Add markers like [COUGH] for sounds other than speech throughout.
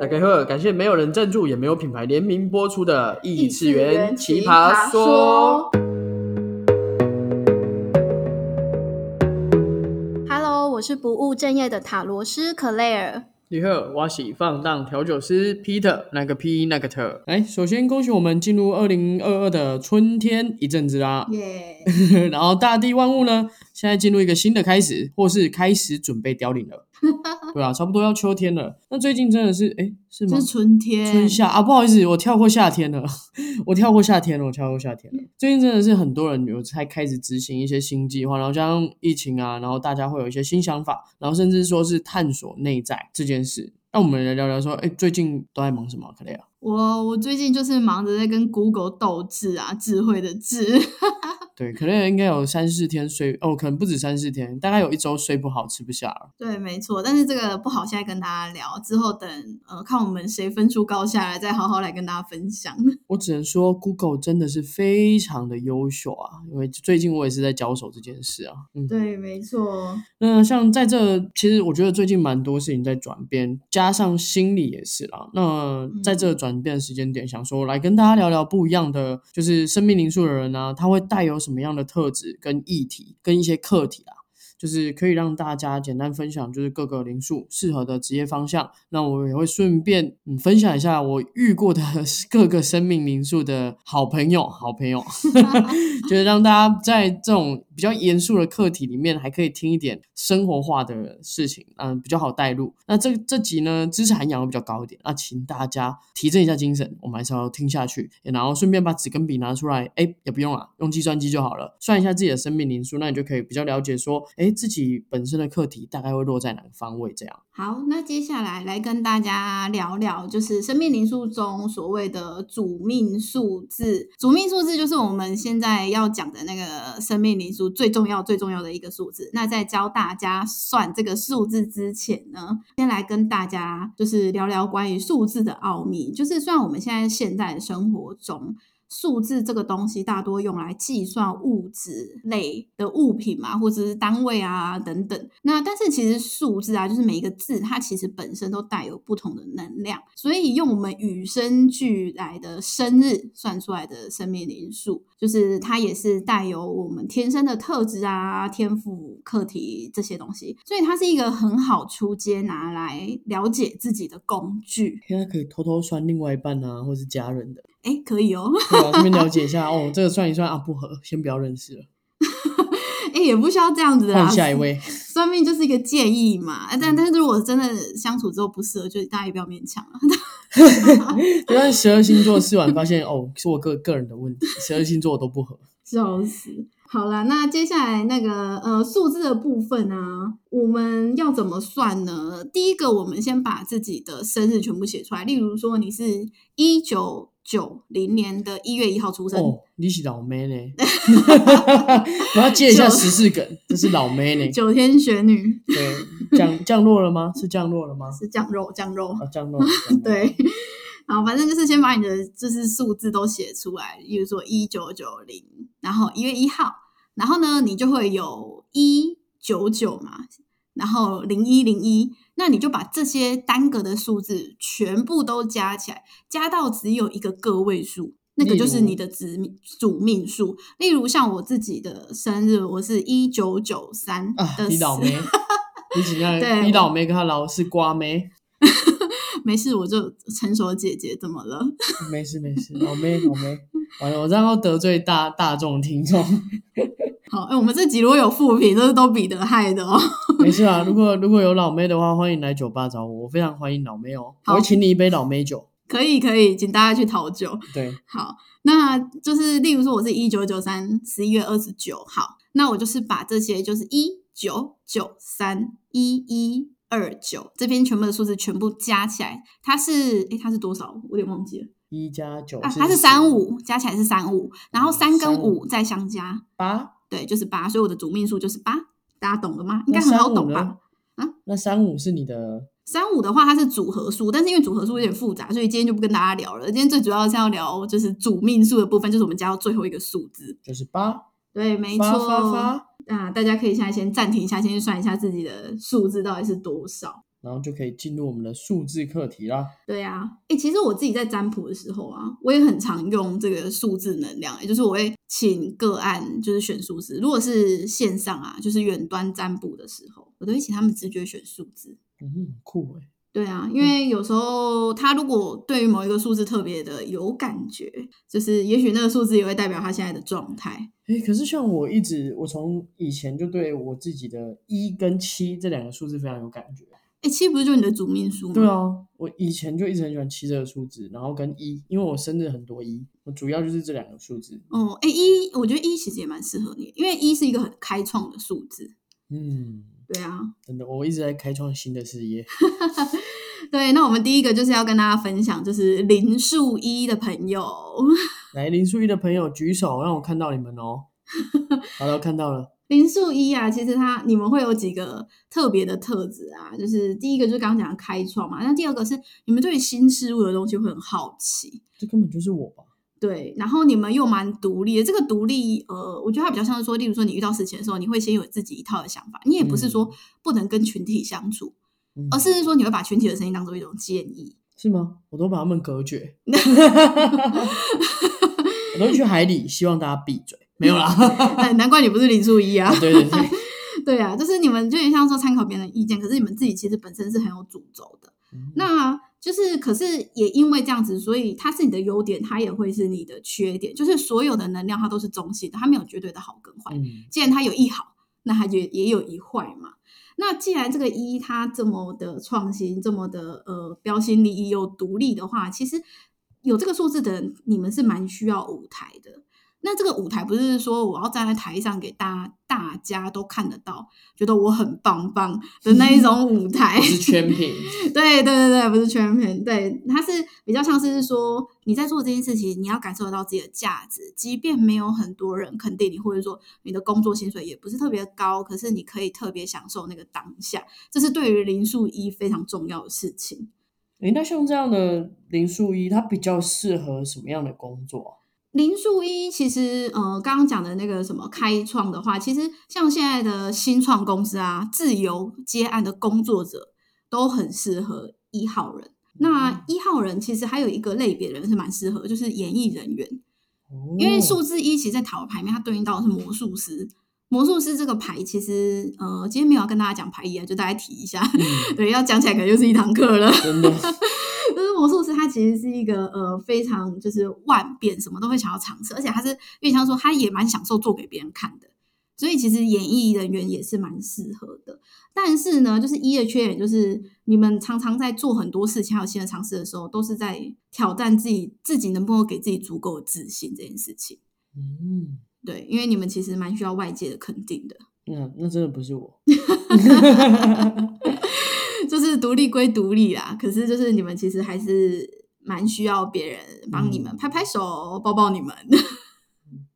大家好，感谢没有人赞助，也没有品牌联名播出的异次次元元奇葩说。。 Hello，我是不务正业的塔罗师克莱尔。你好，我是放荡调酒师 Peter，那个 P 那个特。哎，首先恭喜我们进入二零二二的春天一阵子 [LAUGHS] 啦，耶、然后大地万物呢，现在进入一个新的开始，或是开始准备凋零 [LAUGHS] 了。对啊，差不多要秋天了。那最近真的是，哎，是吗这是？春天，春夏啊，不好意思，我跳过夏天了，我跳过夏天了，我跳过夏天了。最近真的是很多人有才开始执行一些新计划，然后加上疫情啊，然后大家会有一些新想法，然后甚至说是探索内在这件事。那我们来聊聊说，哎，最近都在忙什么啊？克雷啊，我我最近就是忙着在跟 Google 斗智啊，智慧的智。 [LAUGHS] 对，可能应该有三四天睡哦，可能不止三四天，大概有一周睡不好，吃不下了。对，没错，但是这个不好现在跟大家聊，之后等呃看我们谁分出高下来，再好好来跟大家分享。我只能说，Google 真的是非常的优秀啊，因为最近我也是在交手这件事啊。嗯，对，没错，那像在这，其实我觉得最近蛮多事情在转变，加上心理也是啦。那在这个转变的时间点，想说来跟大家聊聊不一样的，就是生命灵数的人啊，他会带有什么样的特质、跟议题、跟一些课题啊，就是可以让大家简单分享，就是各个灵数适合的职业方向。那我也会顺便嗯分享一下我遇过的 [LAUGHS] 各个生命灵数的好朋友，好朋友。就是让大家在这种比较严肃的课题里面，还可以听一点生活化的事情，嗯、比较好带入。那这这集呢，知识涵养会比较高一点，那请大家提振一下精神，我们还是要听下去，然后顺便把纸跟笔拿出来，哎，也不用了，用计算机就好了，算一下自己的生命灵数，那你就可以比较了解说，哎，自己本身的课题大概会落在哪个方位这样。好，那接下来来跟大家聊聊，就是生命灵数中所谓的主命数字。主命数字就是我们现在要讲的那个生命灵数最重要、最重要的一个数字。那在教大家算这个数字之前呢，先来跟大家就是聊聊关于数字的奥秘。就是虽然我们现在现代生活中，数字这个东西大多用来计算物质类的物品嘛，或者是单位啊等等。那但是其实数字啊，就是每一个字它其实本身都带有不同的能量，所以用我们与生俱来的生日算出来的生命灵数，就是它也是带有我们天生的特质啊、天赋、课题这些东西，所以它是一个很好出街拿来了解自己的工具。现在可以偷偷算另外一半啊，或是家人的，哎，可以哦。 [LAUGHS] 对啊，顺便了解一下哦，这个算一算啊，不合，先不要认识 [LAUGHS] 了，哎、也不需要这样子啦。换下一位。 [LAUGHS] 嗯算命就是一个建议嘛，啊但但是如果真的相处之后不适合，就大家也不要勉强了。 [LAUGHS] 就算十二星座试完，发现哦，是我个个人的问题，十二星座我都不合。笑死！好啦，那接下来那个呃数字的部分啊，我们要怎么算呢？第一个，我们先把自己的生日全部写出来，例如说你是一九九零年的一月一号出生，哦，你是老妹呢？ [LAUGHS] 我要接一下就十四梗，这是老妹呢。九天玄女对，降降落了吗？是降落了吗？是酱肉酱肉，啊，降落了。降落了， [LAUGHS] 对，然后反正就是先把你的就是数字都写出来，比如说一九九零，然后一月一号，然后呢你就会有一九九嘛，然后零一零一，那你就把这些单个的数字全部都加起来，加到只有一个个位数。那个就是例如你的子命主命数，例如像我自己的生日，我是一九九三啊，的你老四妹，你请看，对你老妹跟她老是瓜妹，没事，我就成熟姐姐，怎么了？没事没事，老妹老妹，完了，我这样要得罪大大众听 [LAUGHS] 众。好，哎、我们这集如果有负评，都是都彼得害的哦。 [LAUGHS] 没事啊，如果如果有老妹的话，欢迎来酒吧找我，我非常欢迎老妹哦，我好会请你一杯老妹酒。可以，可以，请大家去讨酒。对，好，那就是例如说，我是一九九三十一月二十九号，那我就是把这些就是一九九三一一二九这边全部的数字全部加起来，它是哎诶，它是多少？我有点忘记了一加九啊，它是三五五，加起来是三五，然后三跟35五再相加，八。对，就是八，所以我的主命数就是八，大家懂了吗？应该很好懂吧？那35呢啊？那三五是你的三五的话，它是组合数，但是因为组合数有点复杂，所以今天就不跟大家聊了。今天最主要是要聊就是主命数的部分，就是我们加到最后一个数字。就是八，对，没错。哦发发发。那大家可以现在先暂停一下，先去算一下自己的数字到底是多少。然后就可以进入我们的数字课题啦。对啊，哎、其实我自己在占卜的时候啊，我也很常用这个数字能量，也就是我会请个案就是选数字。如果是线上啊，就是远端占卜的时候，我都会请他们直觉选数字。嗯，很酷诶、对啊，嗯因为有时候他如果对于某一个数字特别的有感觉，就是也许那个数字也会代表他现在的状态。诶、可是像我一直，我从以前就对我自己的一跟七这两个数字非常有感觉。哎，七不是就是你的主命数吗？对，啊，我以前就一直很喜欢七这个数字，然后跟一，因为我生日很多一，我主要就是这两个数字。哦，哎一，我觉得一其实也蛮适合你，因为一是一个很开创的数字。嗯，对啊，真的，我一直在开创新的事业。对，那我们第一个就是要跟大家分享，就是零数一的朋友， [LAUGHS] 来，林书一的朋友举手，让我看到你们 [LAUGHS] 哦。好了，看到了。零数一啊，其实他你们会有几个特别的特质啊，就是第一个就是刚刚讲的开创嘛，那第二个是你们对于新事物的东西会很好奇，这根本就是我吧？对，然后你们又蛮独立的，这个独立，呃，我觉得它比较像是说，例如说你遇到事情的时候，你会先有自己一套的想法，你也不是说嗯不能跟群体相处，嗯而哦是说你会把群体的声音当做一种建议，是吗？我都把他们隔 [LAUGHS] 绝，我都去海里，希望大家闭嘴。没有 [LAUGHS] 啦，哎难怪你不是零数一啊， [LAUGHS] 对对对，对啊，就是你们就有点像说参考别人的意见，可是你们自己其实本身是很有主轴的。嗯那就是，可是也因为这样子，所以它是你的优点，它也会是你的缺点。就是所有的能量它都是中性的，它没有绝对的好跟坏。 [LAUGHS] 嗯既然它有一好，那它就也有一坏嘛。那既然这个一它这么的创新，这么的呃标新立异又独立的话，其实有这个数字的人，你们是蛮需要舞台的。那这个舞台不是说我要站在台上给大家大家都看得到，觉得我很棒棒的那一种舞 [LAUGHS] 台我，是圈 [LAUGHS] 品。对对对对，不是全面，对，它是比较像是说你在做这件事情，你要感受得到自己的价值，即便没有很多人肯定你，或者说你的工作薪水也不是特别高，可是你可以特别享受那个当下，这是对于零数一非常重要的事情。诶、那像这样的林树一，他比较适合什么样的工作、啊零数一其实，呃，刚刚讲的那个什么开创的话，其实像现在的新创公司啊，自由接案的工作者都很适合一号人。那一号人其实还有一个类别人是蛮适合，就是演艺人员，啊？因为哦数字一其实在塔罗牌里面它对应到的是魔术师。魔术师这个牌其实，呃，今天没有要跟大家讲牌意啊，就大家提一下。 [LAUGHS] 嗯对，要讲起来可能又是一堂课了。真的， [LAUGHS] 就是魔术师，他其实是一个呃非常就是万变，什么都会想要尝试，而且他是因为像说他也蛮享受做给别人看的，所以其实演艺人员也是蛮适合的。但是呢，就是一的缺点就是你们常常在做很多事情还有新的尝试的时候，都是在挑战自己自己能不能给自己足够的自信这件事情。嗯，对，因为你们其实蛮需要外界的肯定的， [LAUGHS] 那那真的不是我。 [LAUGHS] 就是独立归独立啦，可是就是你们其实还是蛮需要别人帮你们嗯拍拍手、抱抱你们。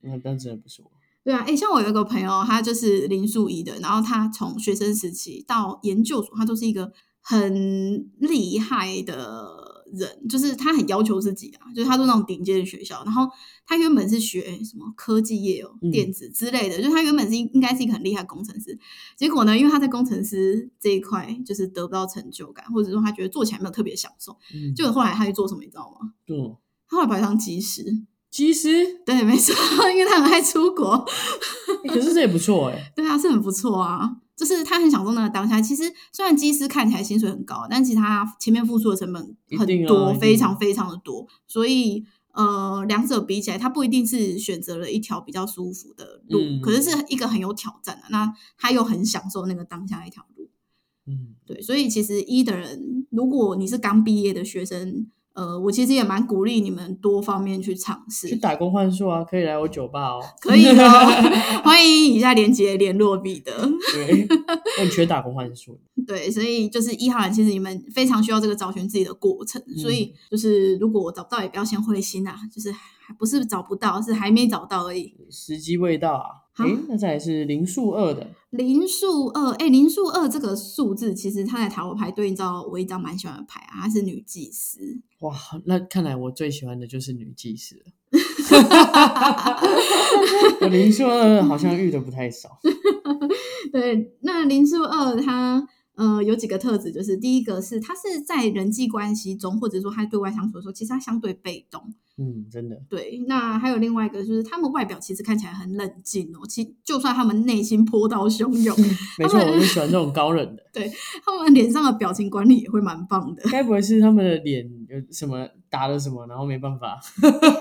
那那真的不是我。对啊，诶，像我有一个朋友，他就是林素怡的，然后他从学生时期到研究所，他都是一个很厉害的人，就是他很要求自己啊，就是他都那种顶尖的学校，然后他原本是学什么科技业哦、嗯电子之类的，就他原本是应该是一个很厉害的工程师，结果呢，因为他在工程师这一块就是得不到成就感，或者说他觉得做起来没有特别享受，嗯，就后来他去做什么，你知道吗？对哦，他后来跑去当技师，其实、对，没错，因为他很爱出国。欸可是这也不错 [LAUGHS] 哎、对啊，是很不错啊。就是他很享受那个当下。其实虽然技师看起来薪水很高，但其实他前面付出的成本一很定啊多，一定非常非常的多。所以呃，两者比起来，他不一定是选择了一条比较舒服的路，嗯可是是一个很有挑战的、啊那他又很享受那个当下的一条路。嗯，对，所以其实一的人，如果你是刚毕业的学生，呃，我其实也蛮鼓励你们多方面去尝试，去打工换宿啊，可以来我酒吧哦。可以哦， [LAUGHS] 欢迎以下连接联络彼得。 [LAUGHS] 对，我很缺打工换宿。对，所以就是一号人，其实你们非常需要这个找寻自己的过程。所以就是，如果我找不到，也不要先灰心啊，就是还不是找不到，是还没找到而已。时机未到啊。好诶、那再来是零数二的，零数二，哎，零数二这个数字，其实它在塔罗牌对应到我一张蛮喜欢的牌啊，它是女祭司。哇，那看来我最喜欢的就是女技师了。 [LAUGHS] 我零数二好像遇的不太少。对，那零数二它呃，有几个特质，就是第一个是他是在人际关系中，或者说他对外相处的时候，其实他相对被动。嗯，真的，对，那还有另外一个就是他们外表其实看起来很冷静哦，其就算他们内心波涛汹涌，没错，我就喜欢这种高冷的。 [LAUGHS] 他们脸上的表情管理也会蛮棒的，该不会是他们的脸有什么打了什么，然后没办法，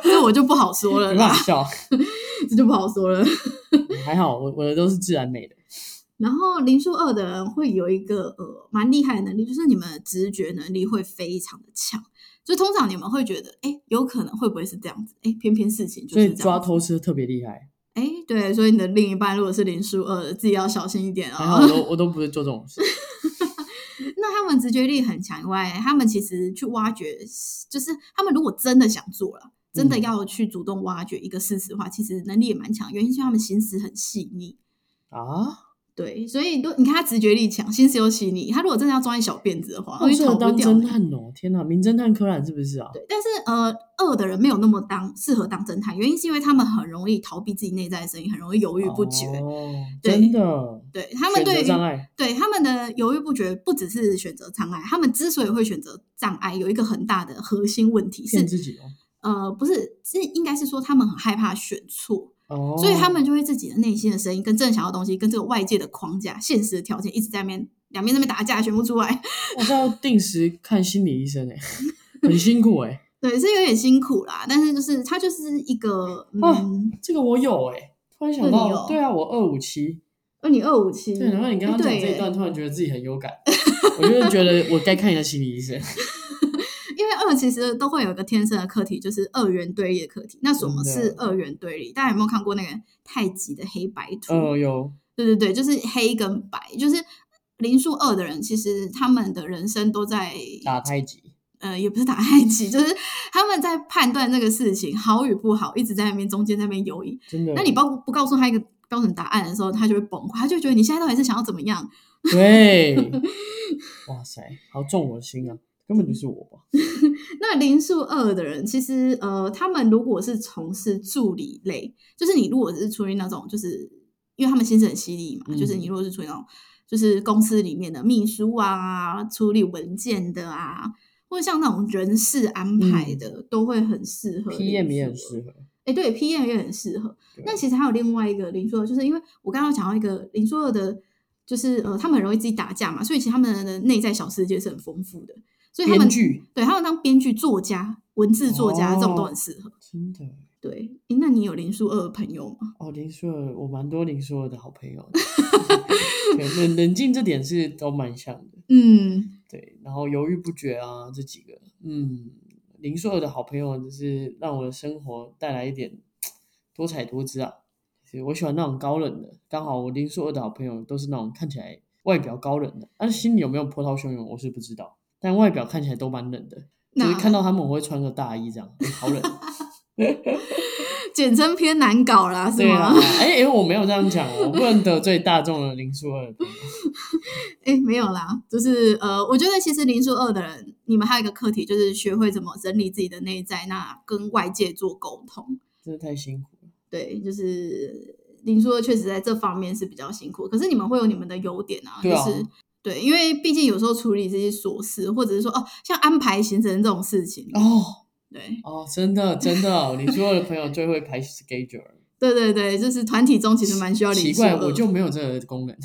这我就不好说了没办啦法，笑？ [LAUGHS] 嗯这就不好说了。 [LAUGHS] 还好我我的都是自然美的。然后零数二的人会有一个呃蛮厉害的能力，就是你们的直觉能力会非常的强。就通常你们会觉得，哎，有可能会不会是这样子？哎，偏偏事情就所是以这样抓子。偷吃特别厉害，哎，对，所以你的另一半如果是零数二的，自己要小心一点 [LAUGHS] 还好哦。我都我都不是做这种事。那他们直觉力很强以外，他们其实去挖掘，就是他们如果真的想做了，真的嗯要去主动挖掘一个事实的话，其实能力也蛮强。原因是他们心思很细腻。啊，对，所以都你看他直觉力强，心思又细腻。他如果真的要钻一小辫子的话，好会适逃合不当掉侦的。探哦！天哪，名侦探柯南是不是啊？对，但是呃，二的人没有那么当适合当侦探，原因是因为他们很容易逃避自己内在的声音，很容易犹豫不决。哦、对真的。对他们对选于择障碍，对他们的犹豫不决，不只是选择障碍，他们之所以会选择障碍，有一个很大的核心问题骗是自己哦。呃，不是，是应该是说他们很害怕选错，哦，所以他们就会自己的内心的声音跟真的想要的东西，跟这个外界的框架、现实的条件一直在那边两边在那边打架，选不出来。 [LAUGHS] 我是要定时看心理医生哎、 [LAUGHS] 很辛苦哎、对，是有点辛苦啦，但是就是它就是一个哦嗯，这个我有哎、突然想对哦你到，有对啊，我二五七，二零二五七，对，啊然后你刚刚哎讲对这一耶段，突然觉得自己很有感，我就是觉得我该看一下心理医 [LAUGHS] 生。因为二其实都会有一个天生的课题，就是二元堆列课题。那什么真的是二元堆列？大家有没有看过那个太极的黑白图？嗯，有，对对对，就是黑跟白，就是零数二的人，其实他们的人生都在打太极，呃，也不是打太极，就是他们在判断这个事情好与不好，一直在那边中间在那边游移。真的。那你包不告诉他一个标准答案的时候，他就会崩溃，他就觉得你现在到底是想要怎么样？对，哇塞，好重我的心啊！根本就是我吧？那零数二的人，其实呃，他们如果是从事助理类，就是你如果是处于那种，就是因为他们薪水很犀利嘛，就是嗯你如果是处于那种，就是公司里面的秘书啊，处理文件的啊，或者像那种人事安排嗯的，都会很适合零 PM 也很数二适合。哎、对，PM 也很适合。那对其实还有另外一个零数二，就是因为我刚刚有讲到一个零数二的，就是呃，他们很容易自己打架嘛，所以其实他们的内在小世界是很丰富的。所以他们编 [LAUGHS] 剧对他们当编剧、作家、文字作家、这种都哦很适合。真的对，诶那你有零数二的朋友吗？哦，林书尔，我蛮多林书尔的好朋友 [LAUGHS] 的对，冷冷静这点是都蛮像的。嗯，对，然后犹豫不决啊，这几个，嗯，林书尔的好朋友就是让我的生活带来一点多彩多姿啊。其实我喜欢那种高冷的，刚好我林书尔的好朋友都是那种看起来外表高冷的，但是心里有没有波涛汹涌我是不知道，但外表看起来都蛮冷的。就是那看到他们，我会穿个大衣这样，欸好冷。 [LAUGHS] 简称偏难搞啦，是对啊吗？， [LAUGHS] 哎、哎、我没有这样讲哦，我不能得罪大众的林书二的朋友。 [LAUGHS] 哎、没有啦，就是呃，我觉得其实零数二的人，你们还有一个课题，就是学会怎么整理自己的内在，那跟外界做沟通。真的太辛苦了。对，就是林书二确实在这方面是比较辛苦，可是你们会有你们的优点啊，对啊就是对，因为毕竟有时候处理这些琐事，或者是说哦，像安排行程这种事情，哦对哦，真的真的，哦林书二的朋友最会排 schedule 了。对对对，就是团体中其实蛮需要林奇书二怪，我就没有这个功 [LAUGHS] 能，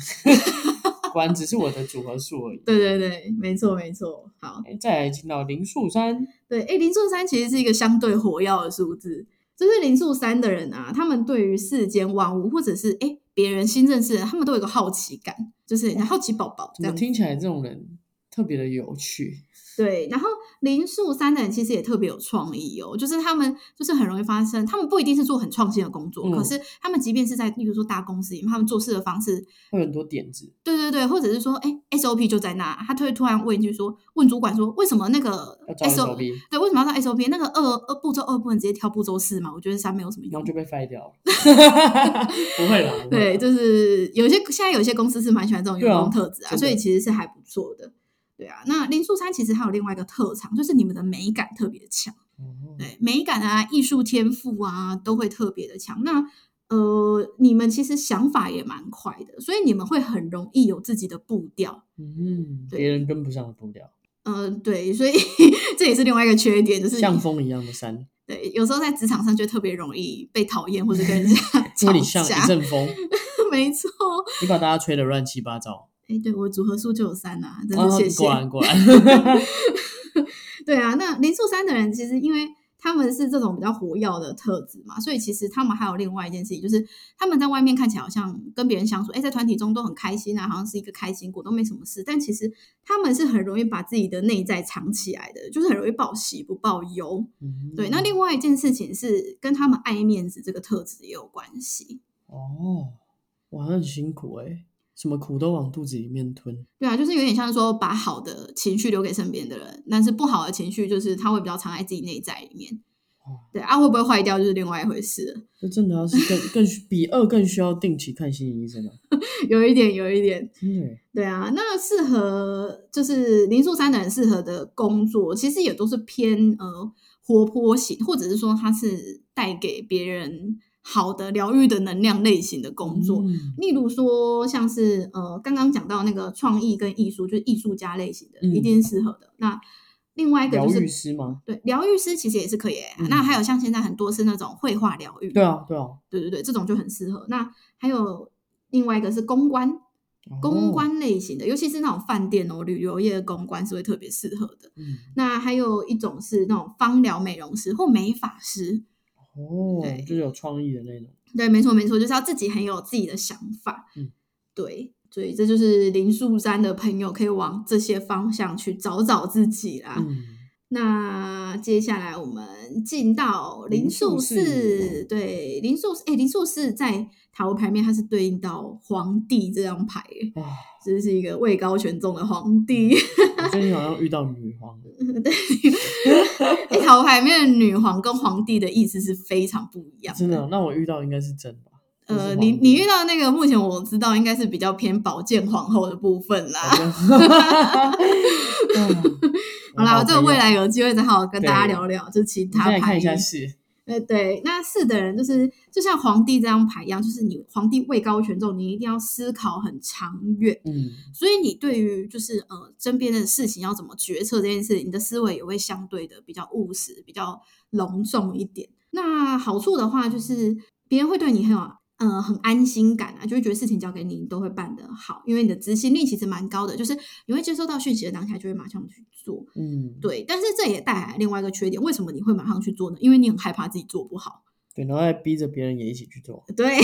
果然只是我的组合数而已。对对对，没错没错，好，哎再来进到林树山，对，哎，零数三其实是一个相对火药的数字，就是零数三的人啊，他们对于世间万物或者是哎别人新认识的人，他们都有一个好奇感，就是好奇宝宝怎这么样听起来这种人特别的有趣？对，然后零数三的人其实也特别有创意哦，就是他们就是很容易发生，他们不一定是做很创新的工作，嗯可是他们即便是在例如说大公司里面，他们做事的方式，会有很多点子，对对对，或者是说，哎，SOP 就在那，他会突然问一句说，问主管说，为什么那个要照哎 SO SOP，对，为什么要照 SOP？那个二二步骤二不能直接跳步骤四嘛？我觉得三没有什么然后用。就被 fire [LAUGHS] 掉了。不会啦，不会啦对，就是有些现在有些公司是蛮喜欢这种员工特质对啊，啊真的所以其实是还不错的。对啊，那林素山其实还有另外一个特长，就是你们的美感特别强。哦对美感啊、艺术天赋啊，都会特别的强。那呃，你们其实想法也蛮快的，所以你们会很容易有自己的步调。嗯，对别人跟不上的步调，呃，对，所以 [LAUGHS] 这也是另外一个缺点，就是像风一样的山，对，有时候在职场上就特别容易被讨厌或者跟人 [LAUGHS] 家因吵为你像一架。阵风，没错，你把大家吹得乱七八糟。哎，对我组合数就有三啊， [LAUGHS] 真啊，是谢谢。果然果 [LAUGHS] 然，对啊，那零数三的人其实因为他们是这种比较活跃的特质嘛，所以其实他们还有另外一件事情，就是他们在外面看起来好像跟别人相处，哎，在团体中都很开心啊，好像是一个开心果，都没什么事。但其实他们是很容易把自己的内在藏起来的，就是很容易报喜不报忧。嗯对，那另外一件事情是跟他们爱面子这个特质也有关系。哦，哇，那很辛苦哎、什么苦都往肚子里面吞。对啊，就是有点像说把好的情绪留给身边的人，但是不好的情绪就是他会比较藏在自己内在里面哦。对啊，会不会坏掉就是另外一回事了， [LAUGHS] 这真的要是更更需比二更需要定期看心理医生啊，有一点，有一点。真的欸耶。对啊，那适合就是零数三的人适合的工作，其实也都是偏呃活泼型，或者是说他是带给别人好的疗愈的能量类型的工作。嗯例如说，像是呃，刚刚讲到那个创意跟艺术，就是艺术家类型的，嗯一定适合的。那另外一个疗就愈是师吗？对疗愈师其实也是可以欸、嗯那还有像现在很多是那种绘画疗愈，对啊，对啊，对对对，这种就很适合。那还有另外一个是公关，公哦，关类型的，尤其是那种饭店哦、旅游业的公关是会特别适合的。嗯，那还有一种是那种芳疗美容师或美发师，哦对，就是有创意的那种。对，没错没错，就是要自己很有自己的想法。嗯，对，所以这就是林树山的朋友可以往这些方向去找找自己啦。嗯，那接下来我们进到林树林寺，树对，林树寺，哎，林树寺在塔罗牌面它是对应到皇帝这张牌耶，啊，这是一个位高权重的皇嗯帝。我最近好像遇到女皇了。 [LAUGHS] 哎，塔罗牌里面的女皇跟皇帝的意思是非常不一样。真的哦，那我遇到应该是真的吧。[LAUGHS] 不呃，是你皇帝你遇到那个，目前我知道应该是比较偏保健皇后的部分啦。好像 [LAUGHS] 啊嗯好啦，这个未来有有机会再好好跟大家对聊聊，就是其我们他再来看牌一。下是，呃，对，那是的人就是就像皇帝这张牌一样，就是你皇帝位高权重，你一定要思考很长远，嗯，所以你对于就是呃身边的事情要怎么决策这件事，你的思维也会相对的比较务实、比较隆重一点。那好处的话就是别人会对你很有。呃，很安心感啊，就会觉得事情交给你，你都会办得好，因为你的执行力其实蛮高的，就是你会接收到讯息的当下就会马上去做。嗯，对，但是这也带来另外一个缺点，为什么你会马上去做呢？因为你很害怕自己做不好。对，然后再逼着别人也一起去做，对，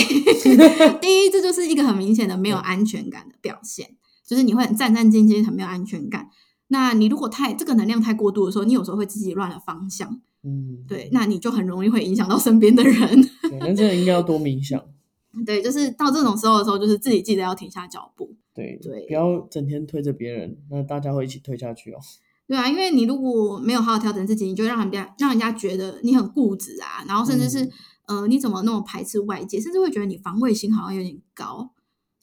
第一，这就是一个很明显的没有对安全感的表现，就是你会很战战兢兢，很没有安全感。那你如果太这个能量太过度的时候，你有时候会自己乱了方向，嗯，对，那你就很容易会影响到身边的人。 [LAUGHS] 对，那这个应该要多冥想，对，就是到这种时候的时候，就是自己记得要停下脚步。对，对不要整天推着别人，那大家会一起推下去哦。对啊，因为你如果没有好好调整自己，你就让人家让人家觉得你很固执啊，然后甚至是、嗯呃，你怎么那么排斥外界，甚至会觉得你防卫心好像有点高。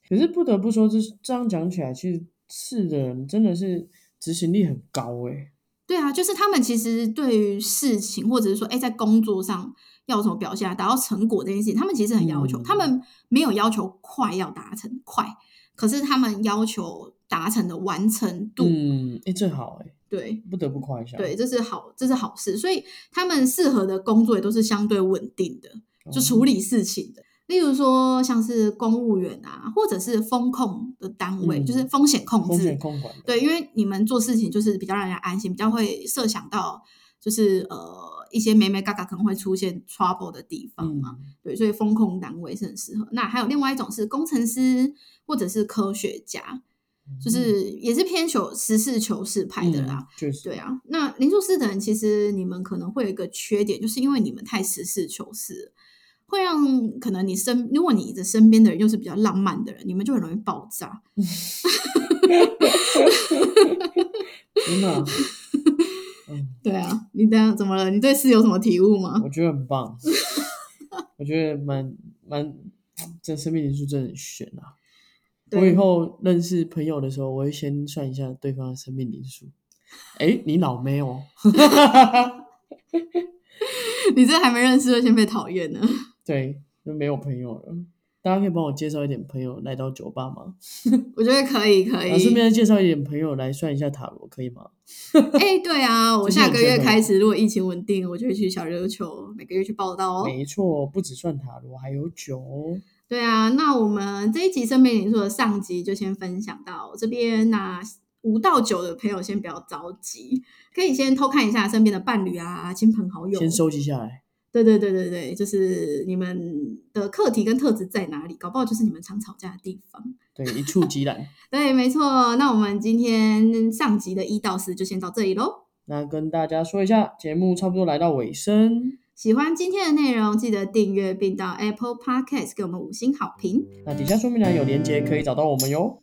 可是不得不说，这这样讲起来，其实是的人真的是执行力很高欸诶。对啊，就是他们其实对于事情，或者是说，哎，在工作上要有什么表现啊，达到成果这件事情，他们其实很要求，嗯他们没有要求快要达成快，可是他们要求达成的完成度，嗯，诶，这好诶，对不得不夸一下。对，这是好，这是好事，所以他们适合的工作也都是相对稳定的，哦，就处理事情的。例如说，像是公务员啊，或者是风控的单位，嗯就是风险控制，风险控管的，对，因为你们做事情就是比较让人家安心，比较会设想到就是呃一些美美嘎嘎可能会出现 trouble 的地方嗯，嘛。对，所以风控单位是很适合。那还有另外一种是工程师或者是科学家，就是也是偏求实事求是派的啦。嗯，确实，对，啊，那零数四的人，其实你们可能会有一个缺点，就是因为你们太实事求是了，会让可能你身，如果你的身边的人又是比较浪漫的人，你们就很容易爆炸。真的 [LAUGHS] 啊，嗯，对啊，你这样怎么了？你对四有什么体悟吗？我觉得很 [LAUGHS] 棒，我觉得蛮蛮，这生命灵数真的很悬啊。我对以后认识朋友的时候，我会先算一下对方的生命灵数。哎，你老妹哦，你这还没认识就先被讨厌呢。对，就没有朋友了。大家可以帮我介绍一点朋友来到酒吧吗？我觉得可以，可啊，顺以。便介绍一点朋友来算一下塔罗，可以吗？哎、对啊，我最近下有个缺月朋开友始，如果疫情稳定，我就会去小琉球，每个月去报道哦。没错，不只算塔罗，还有酒。对啊，那我们这一集生命灵数的上集就先分享到这边那、五到九的朋友先不要着急，可以先偷看一下身边的伴侣啊、亲朋好友。先收集下来。对对对对对，就是你们的课题跟特质在哪里，搞不好就是你们常吵架的地方。对，一触即燃。对，没错。那我们今天上集的一到四就先到这里喽。那跟大家说一下，节目差不多来到尾声，喜欢今天的内容，记得订阅并到 Apple Podcast 给我们五星好评。那底下说明栏有连接可以找到我们哟。